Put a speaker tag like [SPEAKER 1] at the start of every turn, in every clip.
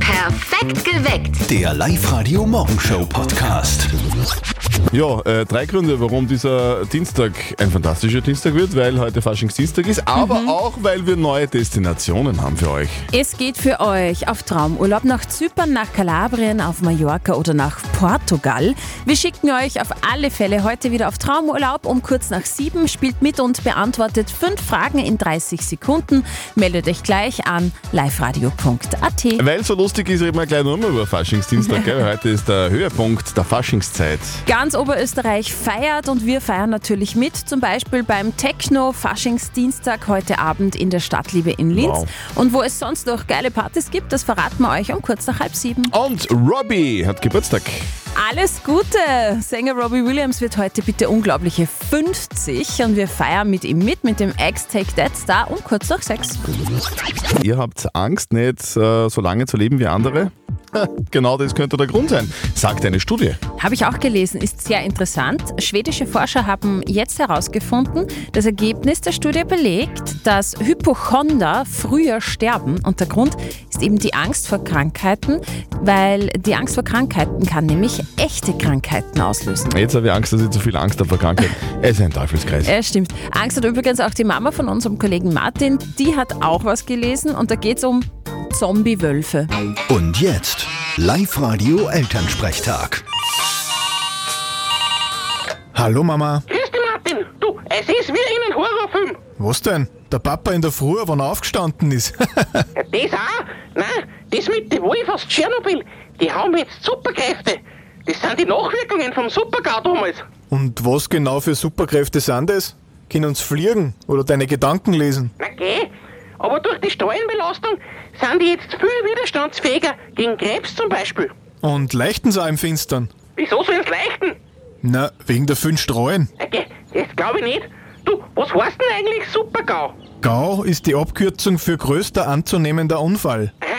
[SPEAKER 1] Perfekt geweckt.
[SPEAKER 2] Der Live-Radio Morgenshow Podcast.
[SPEAKER 3] Ja, äh, drei Gründe, warum dieser Dienstag ein fantastischer Dienstag wird, weil heute Faschingsdienstag ist, aber auch, weil wir neue Destinationen haben für euch.
[SPEAKER 4] Es geht für euch auf Traumurlaub nach Zypern, nach Kalabrien, auf Mallorca oder nach Portugal. Wir schicken euch auf alle Fälle heute wieder auf Traumurlaub um kurz nach sieben. Spielt mit und beantwortet fünf Fragen in 30 Sekunden. Meldet euch gleich an liveradio.at.
[SPEAKER 3] Weil so lustig ist, reden wir gleich noch mal über Faschingsdienstag, gell? Heute ist der Höhepunkt der Faschingszeit.
[SPEAKER 4] Ganz Oberösterreich feiert und wir feiern natürlich mit, zum Beispiel beim Techno-Faschingsdienstag heute Abend in der Stadtliebe in Linz.
[SPEAKER 3] Wow.
[SPEAKER 4] Und wo es sonst noch geile Partys gibt, das verraten wir euch um kurz nach halb sieben.
[SPEAKER 3] Und Robbie hat Geburtstag.
[SPEAKER 4] Alles Gute! Sänger Robbie Williams wird heute bitte unglaubliche 50 und wir feiern mit ihm mit, mit dem Ex-Take-That-Star um kurz nach sechs.
[SPEAKER 3] Ihr habt Angst, nicht äh, so lange zu leben wie andere? Genau das könnte der Grund sein, sagt eine Studie.
[SPEAKER 4] Habe ich auch gelesen, ist sehr interessant. Schwedische Forscher haben jetzt herausgefunden, das Ergebnis der Studie belegt, dass Hypochonder früher sterben. Und der Grund ist eben die Angst vor Krankheiten, weil die Angst vor Krankheiten kann nämlich echte Krankheiten auslösen.
[SPEAKER 3] Jetzt habe ich Angst, dass ich zu viel Angst habe vor Krankheit. Es ist ein Teufelskreis.
[SPEAKER 4] Ja, stimmt. Angst hat übrigens auch die Mama von unserem Kollegen Martin, die hat auch was gelesen und da geht es um Zombie-Wölfe.
[SPEAKER 2] Und jetzt Live-Radio Elternsprechtag.
[SPEAKER 5] Hallo Mama.
[SPEAKER 6] Grüß dich, Martin. Du, es ist wie in einem Horrorfilm.
[SPEAKER 5] Was denn? Der Papa in der Früh, wenn er aufgestanden ist.
[SPEAKER 6] Ja, Das auch? Nein, das mit dem Wolf aus Tschernobyl. Die haben jetzt Superkräfte. Das sind die Nachwirkungen vom Supergau damals.
[SPEAKER 5] Und was genau für Superkräfte sind das? Können uns fliegen oder deine Gedanken lesen?
[SPEAKER 6] Na geh. Aber durch die Strahlenbelastung sind die jetzt viel widerstandsfähiger gegen Krebs zum Beispiel.
[SPEAKER 5] Und leichten sie auch im Finstern?
[SPEAKER 6] Wieso so ins Leichten?
[SPEAKER 5] Na, wegen der vielen Streuen.
[SPEAKER 6] Na geh, das glaube ich nicht. Du, was heißt denn eigentlich Supergau?
[SPEAKER 5] GAU ist die Abkürzung für größter anzunehmender Unfall.
[SPEAKER 6] Aha,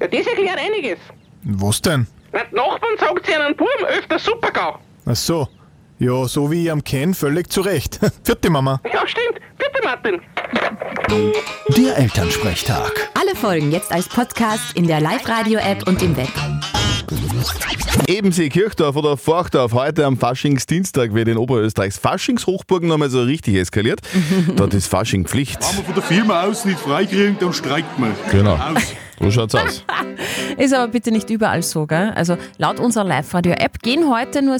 [SPEAKER 6] ja, das erklärt einiges.
[SPEAKER 5] Was denn?
[SPEAKER 6] Na, die Nachbarn sagt sie einen Buben öfter Supergau.
[SPEAKER 5] Ach so. Ja, so wie ich am Ken, völlig zurecht. Vierte Mama.
[SPEAKER 6] Ja, stimmt. Bitte, Martin.
[SPEAKER 2] Der Elternsprechtag.
[SPEAKER 7] Alle Folgen jetzt als Podcast in der Live-Radio-App und im Web.
[SPEAKER 3] Ebensee, Kirchdorf oder Forchdorf. Heute am Faschingsdienstag wird in Oberösterreichs Faschingshochburg nochmal so richtig eskaliert. Dort ist Fasching Pflicht.
[SPEAKER 8] Wenn wir von der Firma aus nicht freikriegen, dann streikt man.
[SPEAKER 3] Genau.
[SPEAKER 8] Aus.
[SPEAKER 3] So schaut's aus.
[SPEAKER 4] Ist aber bitte nicht überall so, gell? Also laut unserer Live-Radio-App gehen heute nur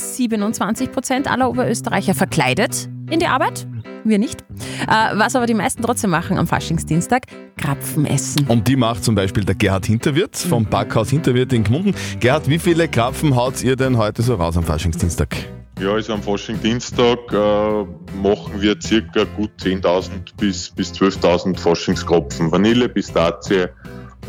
[SPEAKER 4] 27% aller Oberösterreicher verkleidet in die Arbeit. Wir nicht. Äh, was aber die meisten trotzdem machen am Faschingsdienstag, Krapfen essen.
[SPEAKER 3] Und die macht zum Beispiel der Gerhard Hinterwirt
[SPEAKER 8] Mhm.
[SPEAKER 3] vom Backhaus Hinterwirt in Gmunden. Gerhard, wie viele Krapfen haut ihr denn heute so raus am Faschingsdienstag?
[SPEAKER 9] Ja, also am Fasching-Dienstag äh, machen wir circa gut 10.000 bis, bis 12.000 Faschingskropfen. Vanille, Pistazie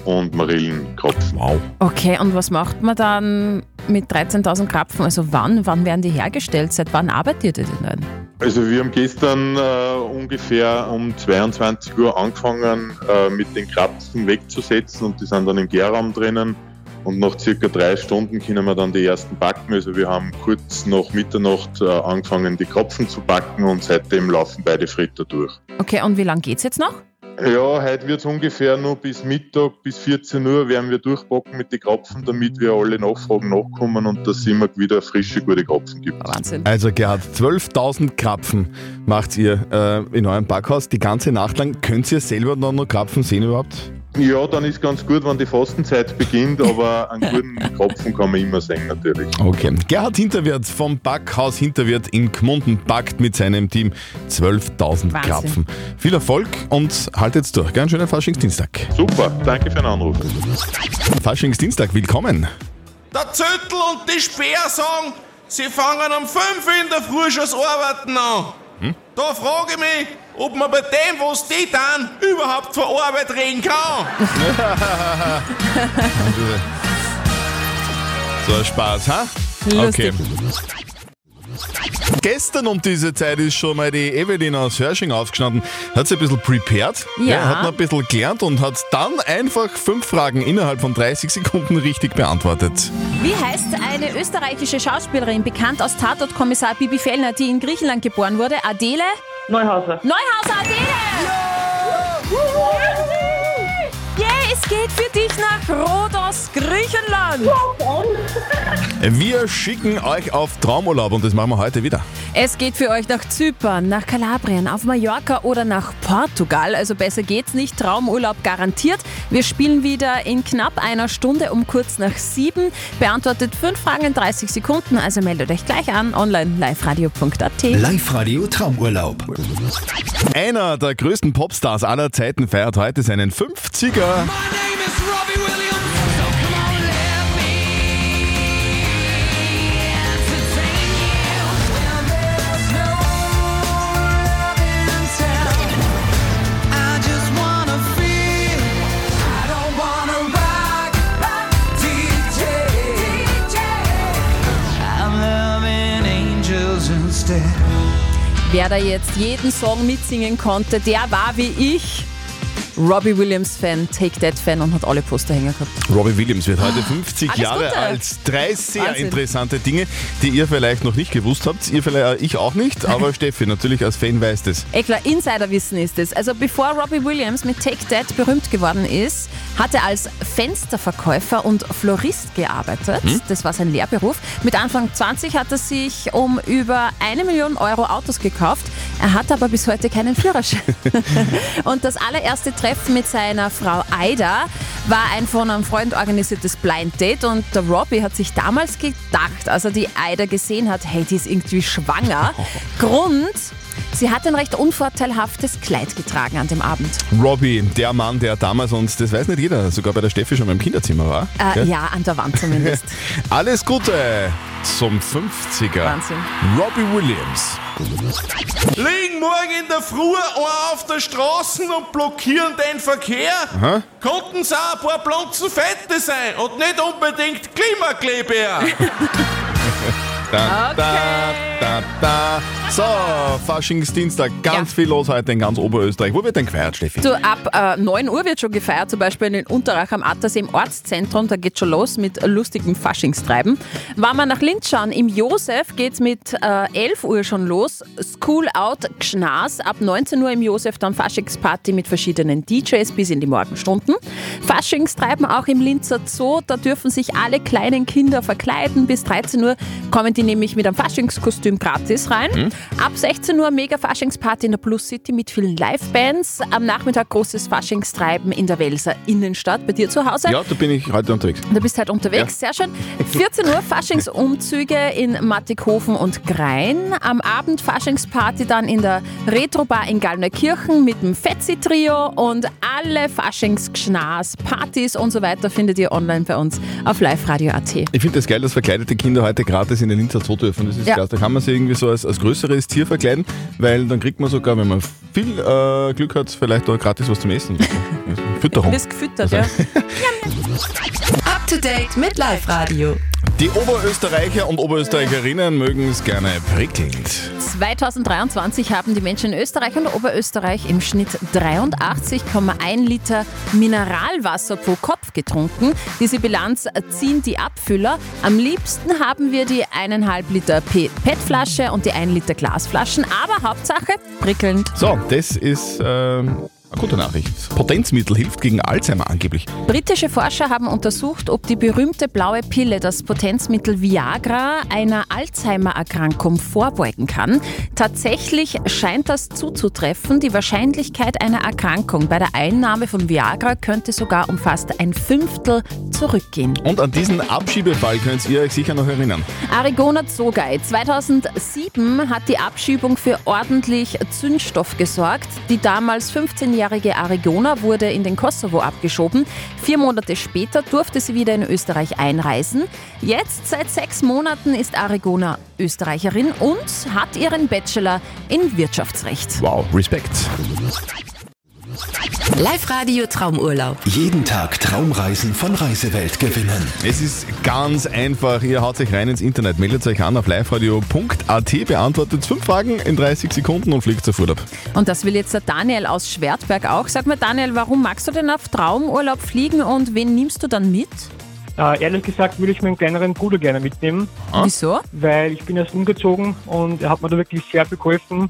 [SPEAKER 9] und Marillenkropfen.
[SPEAKER 3] Wow.
[SPEAKER 4] Okay, und was macht man dann mit 13.000 Krapfen? Also wann, wann werden die hergestellt? Seit wann arbeitet ihr denn?
[SPEAKER 9] Also wir haben gestern äh, ungefähr um 22 Uhr angefangen, äh, mit den Krapfen wegzusetzen und die sind dann im Gärraum drinnen. Und nach circa drei Stunden können wir dann die ersten backen. Also wir haben kurz nach Mitternacht äh, angefangen, die Kropfen zu backen und seitdem laufen beide Fritter durch.
[SPEAKER 4] Okay, und wie lange geht's jetzt noch?
[SPEAKER 9] Ja, heute wird es ungefähr nur bis Mittag, bis 14 Uhr werden wir durchpacken mit den Kropfen, damit wir alle Nachfragen nachkommen und dass es immer wieder frische, gute Kropfen gibt.
[SPEAKER 4] Wahnsinn.
[SPEAKER 3] Also Gerhard, 12.000 Krapfen macht ihr äh, in eurem Backhaus die ganze Nacht lang. Könnt ihr selber dann noch Krapfen sehen überhaupt?
[SPEAKER 9] Ja, dann ist ganz gut, wenn die Fastenzeit beginnt, aber einen guten Kropfen kann man immer sehen natürlich.
[SPEAKER 3] Okay. Gerhard Hinterwirt vom Backhaus Hinterwirt in Gmunden backt mit seinem Team 12.000
[SPEAKER 4] Wahnsinn.
[SPEAKER 3] Krapfen. Viel Erfolg und haltet's durch. Ganz schönen Faschingsdienstag.
[SPEAKER 9] Super, danke für den Anruf.
[SPEAKER 3] Faschingsdienstag, willkommen.
[SPEAKER 10] Der Züttel und die Speer sagen, sie fangen um 5 Uhr in der Früh schon das Arbeiten an. Da frage ich mich, ob man bei dem, was die tun, überhaupt von Arbeit reden kann.
[SPEAKER 3] So ein Spaß, ha?
[SPEAKER 4] Lustig.
[SPEAKER 3] Gestern um diese Zeit ist schon mal die Evelyn aus Hörsching aufgestanden, hat sich ein bisschen prepared,
[SPEAKER 4] Ja.
[SPEAKER 3] hat noch ein bisschen gelernt und hat dann einfach fünf Fragen innerhalb von 30 Sekunden richtig beantwortet.
[SPEAKER 4] Wie heißt eine österreichische Schauspielerin, bekannt aus Tatort-Kommissar Bibi Fellner, die in Griechenland geboren wurde? Adele?
[SPEAKER 6] Neuhauser.
[SPEAKER 4] Neuhauser Adele! Yay, es geht für dich nach Rhodos, Griechenland!
[SPEAKER 3] Jawohl! Wir schicken euch auf Traumurlaub und das machen wir heute wieder.
[SPEAKER 4] Es geht für euch nach Zypern, nach Kalabrien, auf Mallorca oder nach Portugal. Also besser geht's nicht. Traumurlaub garantiert. Wir spielen wieder in knapp einer Stunde um kurz nach sieben. Beantwortet fünf Fragen in 30 Sekunden. Also meldet euch gleich an online liveradio.at.
[SPEAKER 2] Live-Radio Traumurlaub.
[SPEAKER 3] Einer der größten Popstars aller Zeiten feiert heute seinen 50er.
[SPEAKER 4] Wer da jetzt jeden Song mitsingen konnte, der war wie ich. Robbie Williams-Fan, Take That-Fan und hat alle Posterhänger gehabt.
[SPEAKER 3] Robbie Williams wird heute 50
[SPEAKER 4] Alles
[SPEAKER 3] Jahre
[SPEAKER 4] Gute.
[SPEAKER 3] alt. Drei sehr
[SPEAKER 4] Wahnsinn.
[SPEAKER 3] interessante Dinge, die ihr vielleicht noch nicht gewusst habt. Ihr vielleicht, äh, ich auch nicht, aber Steffi natürlich als Fan weiß das.
[SPEAKER 4] Eklar, Eh, Insiderwissen ist es. Also bevor Robbie Williams mit Take That berühmt geworden ist, hat er als Fensterverkäufer und Florist gearbeitet. Das war sein Lehrberuf. Mit Anfang 20 hat er sich um über eine Million Euro Autos gekauft. Er hat aber bis heute keinen Führerschein. und das allererste Treffen mit seiner Frau Aida war ein von einem Freund organisiertes Blind Date und der Robbie hat sich damals gedacht, als er die Aida gesehen hat, hey, die ist irgendwie schwanger. Grund, sie hat ein recht unvorteilhaftes Kleid getragen an dem Abend.
[SPEAKER 3] Robbie, der Mann, der damals, und das weiß nicht jeder, sogar bei der Steffi schon mal im Kinderzimmer war.
[SPEAKER 4] Äh,
[SPEAKER 3] gell?
[SPEAKER 4] ja, an der Wand zumindest.
[SPEAKER 3] Alles Gute zum 50er.
[SPEAKER 4] Wahnsinn.
[SPEAKER 3] Robbie Williams.
[SPEAKER 10] Liegen morgen in der Früh ein auf der Straße und blockieren den Verkehr? Konnten sie auch ein paar Pflanzen Fette sein und nicht unbedingt Klimakleber.
[SPEAKER 3] Da, da,
[SPEAKER 4] Okay.
[SPEAKER 3] da, da. So, Faschingsdienstag, ganz
[SPEAKER 4] Ja.
[SPEAKER 3] viel los heute in ganz Oberösterreich. Wo wird denn gefeiert, Steffi?
[SPEAKER 4] Du, ab äh, 9 Uhr wird schon gefeiert, zum Beispiel in den Unterach am Attersee im Ortszentrum. Da geht schon los mit lustigem Faschingstreiben. Wenn wir nach Linz schauen, im Josef geht es mit äh, 11 Uhr schon los. School Out Gschnas. Ab 19 Uhr im Josef dann Faschingsparty mit verschiedenen DJs bis in die Morgenstunden. Faschingstreiben auch im Linzer Zoo. Da dürfen sich alle kleinen Kinder verkleiden. Bis 13 Uhr kommen die nämlich mit einem Faschingskostüm gratis rein. Ab 16 Uhr mega Faschingsparty in der Plus City mit vielen Livebands. Am Nachmittag großes Faschingstreiben in der Welser Innenstadt bei dir zu Hause.
[SPEAKER 3] Ja, da bin ich heute unterwegs.
[SPEAKER 4] Du bist halt unterwegs, sehr schön. 14 Uhr Faschingsumzüge in Mattighofen und Grein. Am Abend Faschingsparty dann in der Retrobar in Gallneukirchen mit dem Fetzi-Trio und alle Faschingsgschnas, Partys und so weiter findet ihr online bei uns auf liveradio.at.
[SPEAKER 3] Ich finde das geil, dass verkleidete Kinder heute gratis in den Linzer Zoo dürfen. Das ist
[SPEAKER 4] Ja.
[SPEAKER 3] klasse. Da kann man sie irgendwie so als, als größeres Tier verkleiden, weil dann kriegt man sogar, wenn man viel äh, Glück hat, vielleicht auch gratis was zum Essen.
[SPEAKER 4] Du
[SPEAKER 3] Fütterung. Also,
[SPEAKER 4] bist gefüttert, ja?
[SPEAKER 7] Up to date mit Live Radio.
[SPEAKER 3] Die Oberösterreicher und Oberösterreicherinnen mögen es gerne prickelnd.
[SPEAKER 4] 2023 haben die Menschen in Österreich und Oberösterreich im Schnitt 83,1 Liter Mineralwasser pro Kopf getrunken. Diese Bilanz ziehen die Abfüller. Am liebsten haben wir die 1,5 Liter P- PET-Flasche und die 1 Liter Glasflaschen, aber Hauptsache prickelnd.
[SPEAKER 3] So, das ist. ähm, eine gute Nachricht. Potenzmittel hilft gegen Alzheimer angeblich.
[SPEAKER 4] Britische Forscher haben untersucht, ob die berühmte blaue Pille das Potenzmittel Viagra einer Alzheimer-Erkrankung vorbeugen kann. Tatsächlich scheint das zuzutreffen. Die Wahrscheinlichkeit einer Erkrankung bei der Einnahme von Viagra könnte sogar um fast ein Fünftel zurückgehen.
[SPEAKER 3] Und an diesen Abschiebefall könnt ihr euch sicher noch erinnern.
[SPEAKER 4] Arigona Zogai. 2007 hat die Abschiebung für ordentlich Zündstoff gesorgt. Die damals 15-jährige Arigona wurde in den Kosovo abgeschoben. Vier Monate später durfte sie wieder in Österreich einreisen. Jetzt, seit sechs Monaten, ist Arigona Österreicherin und hat ihren Bachelor in Wirtschaftsrecht.
[SPEAKER 3] Wow, Respekt.
[SPEAKER 7] Live Radio Traumurlaub.
[SPEAKER 2] Jeden Tag Traumreisen von Reisewelt gewinnen.
[SPEAKER 3] Es ist ganz einfach. Ihr haut euch rein ins Internet, meldet euch an auf liveradio.at, beantwortet fünf Fragen in 30 Sekunden und fliegt auf Urlaub.
[SPEAKER 4] Und das will jetzt der Daniel aus Schwertberg auch. Sag mal, Daniel, warum magst du denn auf Traumurlaub fliegen und wen nimmst du dann mit?
[SPEAKER 1] Äh, ehrlich gesagt würde ich meinen kleineren Bruder gerne mitnehmen,
[SPEAKER 4] Wieso?
[SPEAKER 1] weil ich bin erst umgezogen und er hat mir da wirklich sehr geholfen.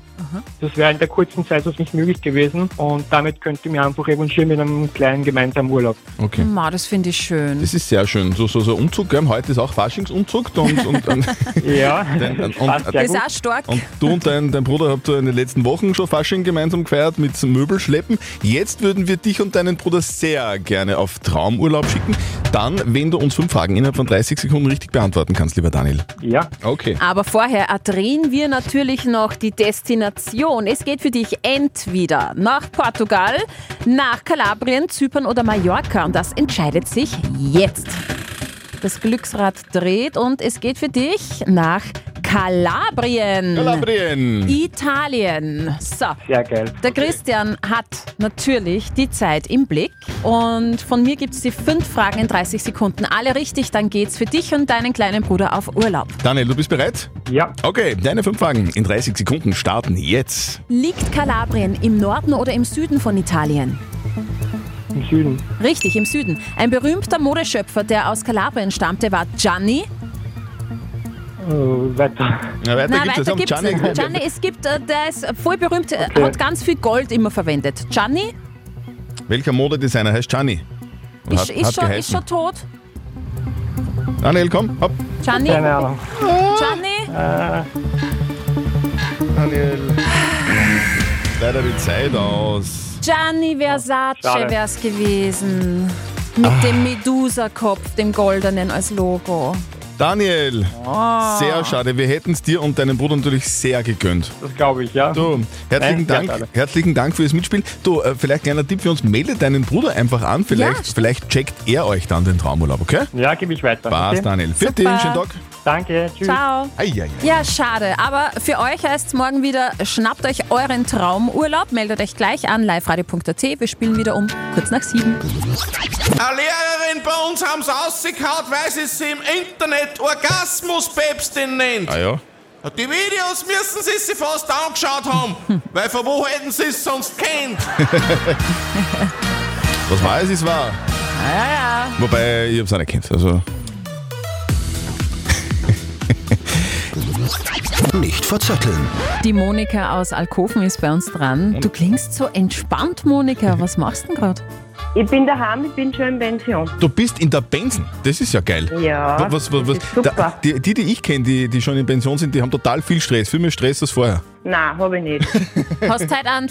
[SPEAKER 1] Das wäre in der kurzen Zeit sonst nicht möglich gewesen und damit könnte ich mir einfach revanchieren mit einem kleinen gemeinsamen Urlaub.
[SPEAKER 3] Okay.
[SPEAKER 4] Ma, das finde ich schön.
[SPEAKER 3] Das ist sehr schön. So, so, so ein Umzug, gell? heute ist auch Faschingsumzug und, und, und,
[SPEAKER 1] Ja,
[SPEAKER 3] und,
[SPEAKER 1] passt sehr
[SPEAKER 3] und,
[SPEAKER 4] Das ist
[SPEAKER 1] gut.
[SPEAKER 4] auch stark.
[SPEAKER 3] und du und dein, dein Bruder habt in den letzten Wochen schon Fasching gemeinsam gefeiert mit Möbelschleppen. Jetzt würden wir dich und deinen Bruder sehr gerne auf Traumurlaub schicken. Dann, wenn du uns fünf Fragen innerhalb von 30 Sekunden richtig beantworten kannst, lieber Daniel.
[SPEAKER 1] Ja,
[SPEAKER 3] Okay.
[SPEAKER 4] Aber vorher drehen wir natürlich noch die Destination. Es geht für dich entweder nach Portugal, nach Kalabrien, Zypern oder Mallorca. Und das entscheidet sich jetzt. Das Glücksrad dreht und es geht für dich nach Kalabrien.
[SPEAKER 3] Kalabrien.
[SPEAKER 4] Italien. So.
[SPEAKER 1] sehr geil.
[SPEAKER 4] Der Christian hat natürlich die Zeit im Blick und von mir gibt es die fünf Fragen in 30 Sekunden. Alle richtig, dann geht's für dich und deinen kleinen Bruder auf Urlaub.
[SPEAKER 3] Daniel, du bist bereit?
[SPEAKER 1] Ja,
[SPEAKER 3] Okay, deine fünf Fragen in 30 Sekunden starten jetzt.
[SPEAKER 4] Liegt Kalabrien im Norden oder im Süden von Italien?
[SPEAKER 1] im Süden.
[SPEAKER 4] Richtig, im Süden. Ein berühmter Modeschöpfer, der aus Kalabrien stammte, war Gianni.
[SPEAKER 1] Äh, weiter.
[SPEAKER 3] Na, weiter
[SPEAKER 4] Na,
[SPEAKER 3] gibt's
[SPEAKER 4] weiter
[SPEAKER 3] jetzt.
[SPEAKER 4] gibt's.
[SPEAKER 3] Gianni-
[SPEAKER 4] Gianni, es gibt, äh, der ist voll berühmt, äh, hat ganz viel Gold immer verwendet. Gianni
[SPEAKER 3] Welcher Modedesigner heißt Gianni? Oder
[SPEAKER 4] ist, ist, schon, ist
[SPEAKER 3] geheißen?
[SPEAKER 4] schon tot.
[SPEAKER 3] Daniel, komm, hopp.
[SPEAKER 4] Gianni,
[SPEAKER 1] Keine Ahnung.
[SPEAKER 4] Gianni,
[SPEAKER 3] Leider die Zeit aus.
[SPEAKER 4] Gianni Versace
[SPEAKER 1] Schade. Ah.
[SPEAKER 4] wär's gewesen. Mit dem Medusa-Kopf, dem goldenen als Logo.
[SPEAKER 3] Daniel,
[SPEAKER 1] Ah.
[SPEAKER 3] sehr schade. Wir hätten es dir und deinem Bruder natürlich sehr gegönnt.
[SPEAKER 1] Das glaube ich, ja.
[SPEAKER 3] Du, herzlichen,
[SPEAKER 1] Nein, ja,
[SPEAKER 3] Dank,
[SPEAKER 1] schade.
[SPEAKER 3] herzlichen Dank fürs Mitspielen. Du, äh, vielleicht kleiner Tipp für uns, melde deinen Bruder einfach an. Vielleicht,
[SPEAKER 4] stimmt.
[SPEAKER 3] vielleicht checkt er euch dann den Traumurlaub, okay?
[SPEAKER 1] Ja, gebe ich weiter.
[SPEAKER 3] Passt,
[SPEAKER 1] okay?
[SPEAKER 3] Daniel. Für
[SPEAKER 4] Super.
[SPEAKER 3] dich, schönen Tag.
[SPEAKER 1] Danke, tschüss.
[SPEAKER 4] Ciao.
[SPEAKER 3] Eieiei.
[SPEAKER 4] Ja, schade. Aber für euch heißt es morgen wieder, schnappt euch euren Traumurlaub, meldet euch gleich an, liveradio.at. Wir spielen wieder um kurz nach sieben.
[SPEAKER 10] Eine Lehrerin bei uns haben sie rausgehauen, weil sie es im Internet Orgasmus-Päpstin nennt.
[SPEAKER 3] Ah ja.
[SPEAKER 10] Die Videos müssen sie sich fast angeschaut haben, weil von wo hätten sie es sonst kennt?
[SPEAKER 3] Was war es, ist wahr.
[SPEAKER 4] Ja, ja.
[SPEAKER 3] Wobei, ich hab's auch nicht kennt. Also,
[SPEAKER 2] Nicht verzetteln.
[SPEAKER 4] Die Monika aus Alkoven ist bei uns dran. Du klingst so entspannt, Monika. Was machst du denn gerade?
[SPEAKER 11] Ich bin daheim, ich bin schon in Pension.
[SPEAKER 3] du bist in der Pension. Das ist ja geil.
[SPEAKER 11] Ja,
[SPEAKER 3] Wa- Was, was,
[SPEAKER 11] das
[SPEAKER 3] was,
[SPEAKER 11] ist super.
[SPEAKER 3] Da, die, die, die ich kenne, die, die schon in Pension sind, die haben total viel Stress. Viel mehr Stress als vorher.
[SPEAKER 11] Nein, habe ich nicht.
[SPEAKER 4] Hast halt einen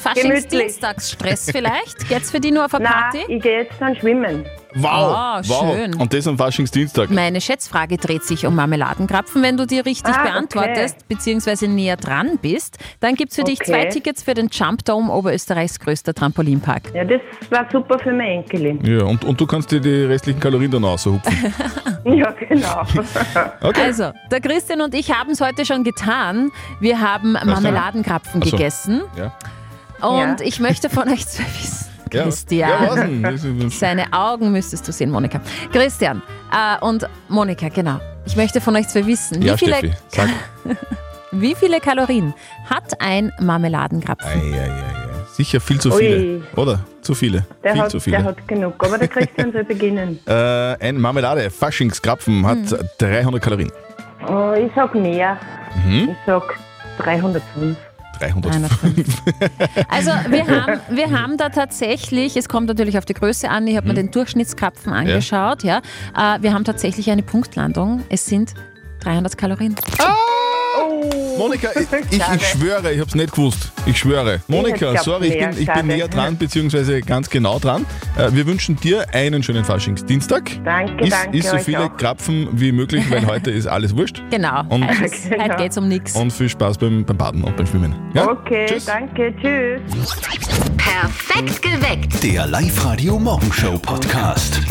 [SPEAKER 4] Faschingsdienstagsstress vielleicht? Geht's für die nur auf eine
[SPEAKER 11] Nein,
[SPEAKER 4] Party?
[SPEAKER 11] ich gehe jetzt dann schwimmen.
[SPEAKER 3] Wow,
[SPEAKER 4] Ah,
[SPEAKER 3] wow.
[SPEAKER 4] schön.
[SPEAKER 3] Und das am Faschingsdienstag.
[SPEAKER 4] Meine Schätzfrage dreht sich um Marmeladenkrapfen. Wenn du die richtig
[SPEAKER 11] Ah, okay.
[SPEAKER 4] beantwortest, beziehungsweise näher dran bist, dann gibt's für dich
[SPEAKER 11] Okay.
[SPEAKER 4] zwei Tickets für den Jump Dome, Oberösterreichs größter Trampolinpark.
[SPEAKER 11] Ja, das war super für meine Enkelin.
[SPEAKER 3] Ja, und, und du kannst dir die restlichen Kalorien dann raushupfen.
[SPEAKER 11] Ja, genau.
[SPEAKER 4] Also, der Christian und ich haben es heute schon getan. Wir haben Marmeladenkrapfen
[SPEAKER 3] Ach so.
[SPEAKER 4] gegessen
[SPEAKER 3] Ja.
[SPEAKER 4] und
[SPEAKER 11] Ja.
[SPEAKER 4] ich möchte von euch zwei wissen.
[SPEAKER 3] Ja.
[SPEAKER 4] Christian.
[SPEAKER 3] Ja, was denn? Das ist-
[SPEAKER 4] Seine Augen müsstest du sehen, Monika. Christian äh, und Monika, genau. Ich möchte von euch zwei wissen,
[SPEAKER 3] ja
[SPEAKER 4] wie, viele,
[SPEAKER 3] Steffi, sag.
[SPEAKER 4] wie viele Kalorien hat ein Marmeladenkrapfen?
[SPEAKER 3] Eieiei. Sicher viel zu
[SPEAKER 11] Ui.
[SPEAKER 3] viele. Oder? Zu viele.
[SPEAKER 11] Der,
[SPEAKER 3] viel
[SPEAKER 11] hat,
[SPEAKER 3] zu
[SPEAKER 11] der
[SPEAKER 3] viele.
[SPEAKER 11] hat genug. Aber der Christian soll beginnen.
[SPEAKER 3] Äh, ein Marmelade, Faschingskrapfen, hat 300 Kalorien. Mhm.
[SPEAKER 11] Oh, ich sag mehr. Ich sag 305.
[SPEAKER 3] 305.
[SPEAKER 4] Also wir haben, wir haben da tatsächlich, es kommt natürlich auf die Größe an, ich habe mir den Durchschnittskrapfen angeschaut, ja. Äh, wir haben tatsächlich eine Punktlandung. Es sind 300 Kalorien.
[SPEAKER 3] Monika, ich, ich, ich schwöre, ich hab's nicht gewusst. Ich schwöre. Monika,
[SPEAKER 11] glaub,
[SPEAKER 3] sorry, ich
[SPEAKER 11] mehr,
[SPEAKER 3] bin, ich
[SPEAKER 11] schade.
[SPEAKER 3] bin näher dran, beziehungsweise ganz genau dran. Äh, wir wünschen dir einen schönen Faschingsdienstag.
[SPEAKER 11] Danke,
[SPEAKER 3] Iss,
[SPEAKER 11] danke.
[SPEAKER 3] iss so
[SPEAKER 11] euch
[SPEAKER 3] viele
[SPEAKER 11] auch.
[SPEAKER 3] Krapfen wie möglich, weil heute ist alles wurscht.
[SPEAKER 4] Genau.
[SPEAKER 3] Und-
[SPEAKER 4] Also, Heute
[SPEAKER 11] Genau.
[SPEAKER 4] geht's um nichts.
[SPEAKER 3] Und viel Spaß beim, beim Baden und beim Schwimmen. Ja?
[SPEAKER 11] Okay,
[SPEAKER 3] Tschüss.
[SPEAKER 11] danke. Tschüss.
[SPEAKER 7] Perfekt geweckt.
[SPEAKER 2] Der Live-Radio Morgenshow Podcast.